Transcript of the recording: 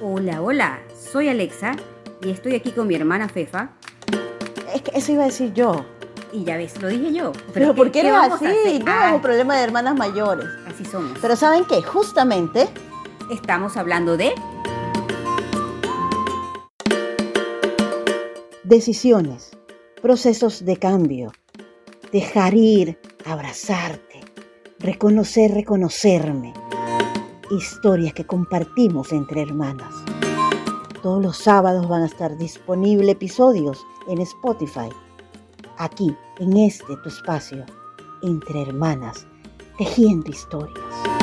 Hola, hola, soy Alexa y estoy aquí con mi hermana Fefa. Es que eso iba a decir yo. Y ya ves, lo dije yo. Pero, ¿por qué eres vamos a así? hacer? No, Ah, es un problema de hermanas mayores. así somos. Pero ¿saben qué? Justamente Estamos hablando de decisiones, procesos de cambio, dejar ir, abrazarte, reconocer, reconocerme. Historias que compartimos entre hermanas. Todos los sábados van a estar disponibles episodios en Spotify, aquí, en este tu espacio, entre hermanas, tejiendo historias.